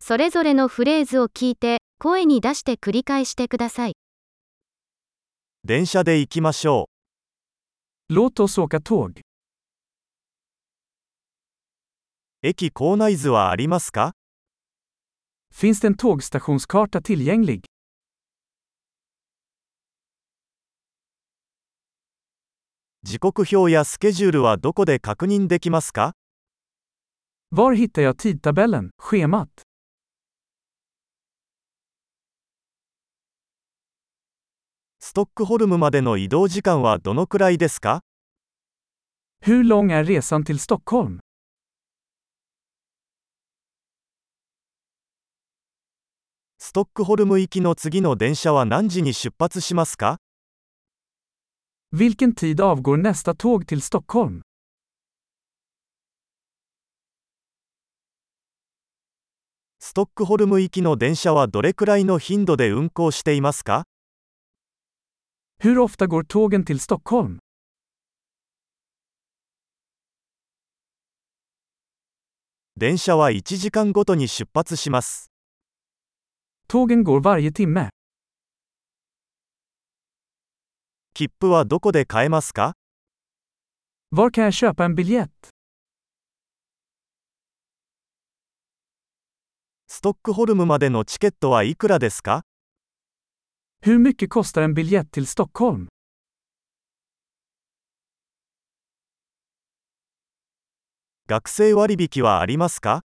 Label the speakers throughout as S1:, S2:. S1: それぞれのフレーズを聞いて、声に出して繰り返してください。
S2: 電車で行きましょ
S3: Låt oss åka tåg.
S2: う。駅構内図はありますか
S3: Finns det en tågstationskarta tillgänglig?
S2: 時刻表やスケジュールはどこで確認できますか
S3: Var hittar jag tidtabellen, schemat?
S2: ストックホルムまでの移動時間はどのくらいですか
S3: Hur lång är resan till Stockholm?
S2: ストックホルム行きの次の電車は何時に出発しますか
S3: Vilken tid avgår nästa tåg till Stockholm?
S2: ストックホルム行きの電車はどれくらいの頻度で運行していますか
S3: Hur ofta går tågen till Stockholm?
S2: 電車は1時間ごとに出発します。
S3: Tågen går varje timme.
S2: 切符はどこで買えますか
S3: Var kan jag köpa en biljett?
S2: ストックホルムまでのチケットはいくらですか
S3: Hur mycket kostar en biljett till Stockholm?
S2: 学生割引はありますか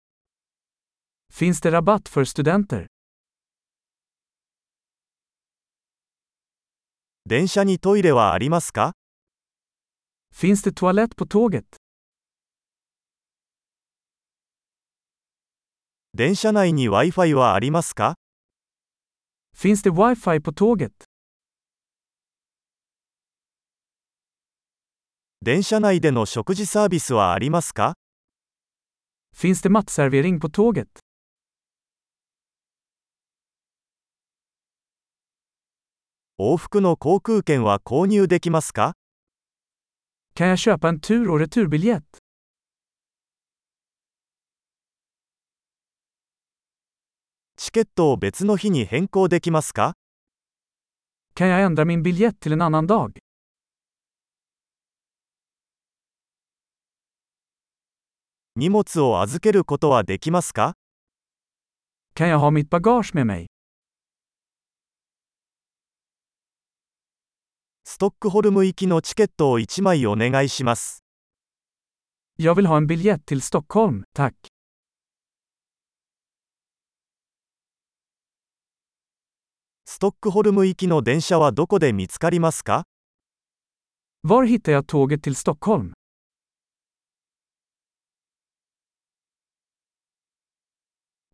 S3: Finns det rabatt för studenter?
S2: 電車にトイレはありますか
S3: Finns det toalett på tåget?
S2: 電車内に Wi-Fi はありますか
S3: Finns det wifi på tåget?
S2: 電車内での食事サービスはありますか
S3: Finns det matservering på tåget?
S2: 往復の航空券は購入できますか
S3: Kan jag köpa en tur och returbiljett?
S2: チケットを別の日に変更できますか
S3: Kan jag ändra min biljett till en annan dag?
S2: 荷物を預けることはできますか
S3: Kan jag ha mitt bagage med mig?
S2: ストックホルム行きのチケットを1枚お願いします。
S3: Jag vill ha en biljett till Stockholm, tack.
S2: ストックホルム行きの電車はどこで見つかりますか
S3: Var hittar jag tåget till Stockholm?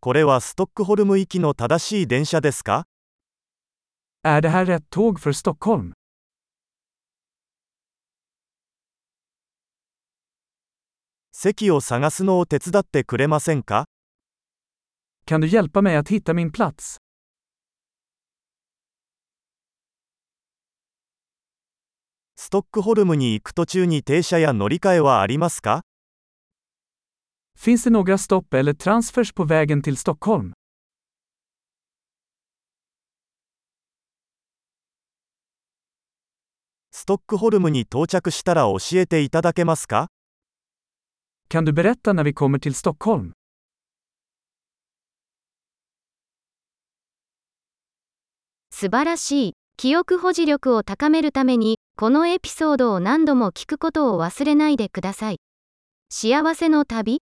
S2: これはストックホルム行きの正しい電車ですか
S3: Är det här rätt tåg för Stockholm?
S2: 席を探すのを手伝ってくれませんか
S3: Kan du hjälpa mig att hitta min plats?
S2: ストックホルムに行く途中に停車や乗り換えはありますか
S3: Finns det några stopp eller transfers på vägen till Stockholm?
S2: ストックホルムに到着したら教えていただけますか
S3: Kan du berätta när vi kommer till Stockholm?
S1: 素晴らしい。記憶保持力を高めるために、このエピソードを何度も聞くことを忘れないでください。幸せの旅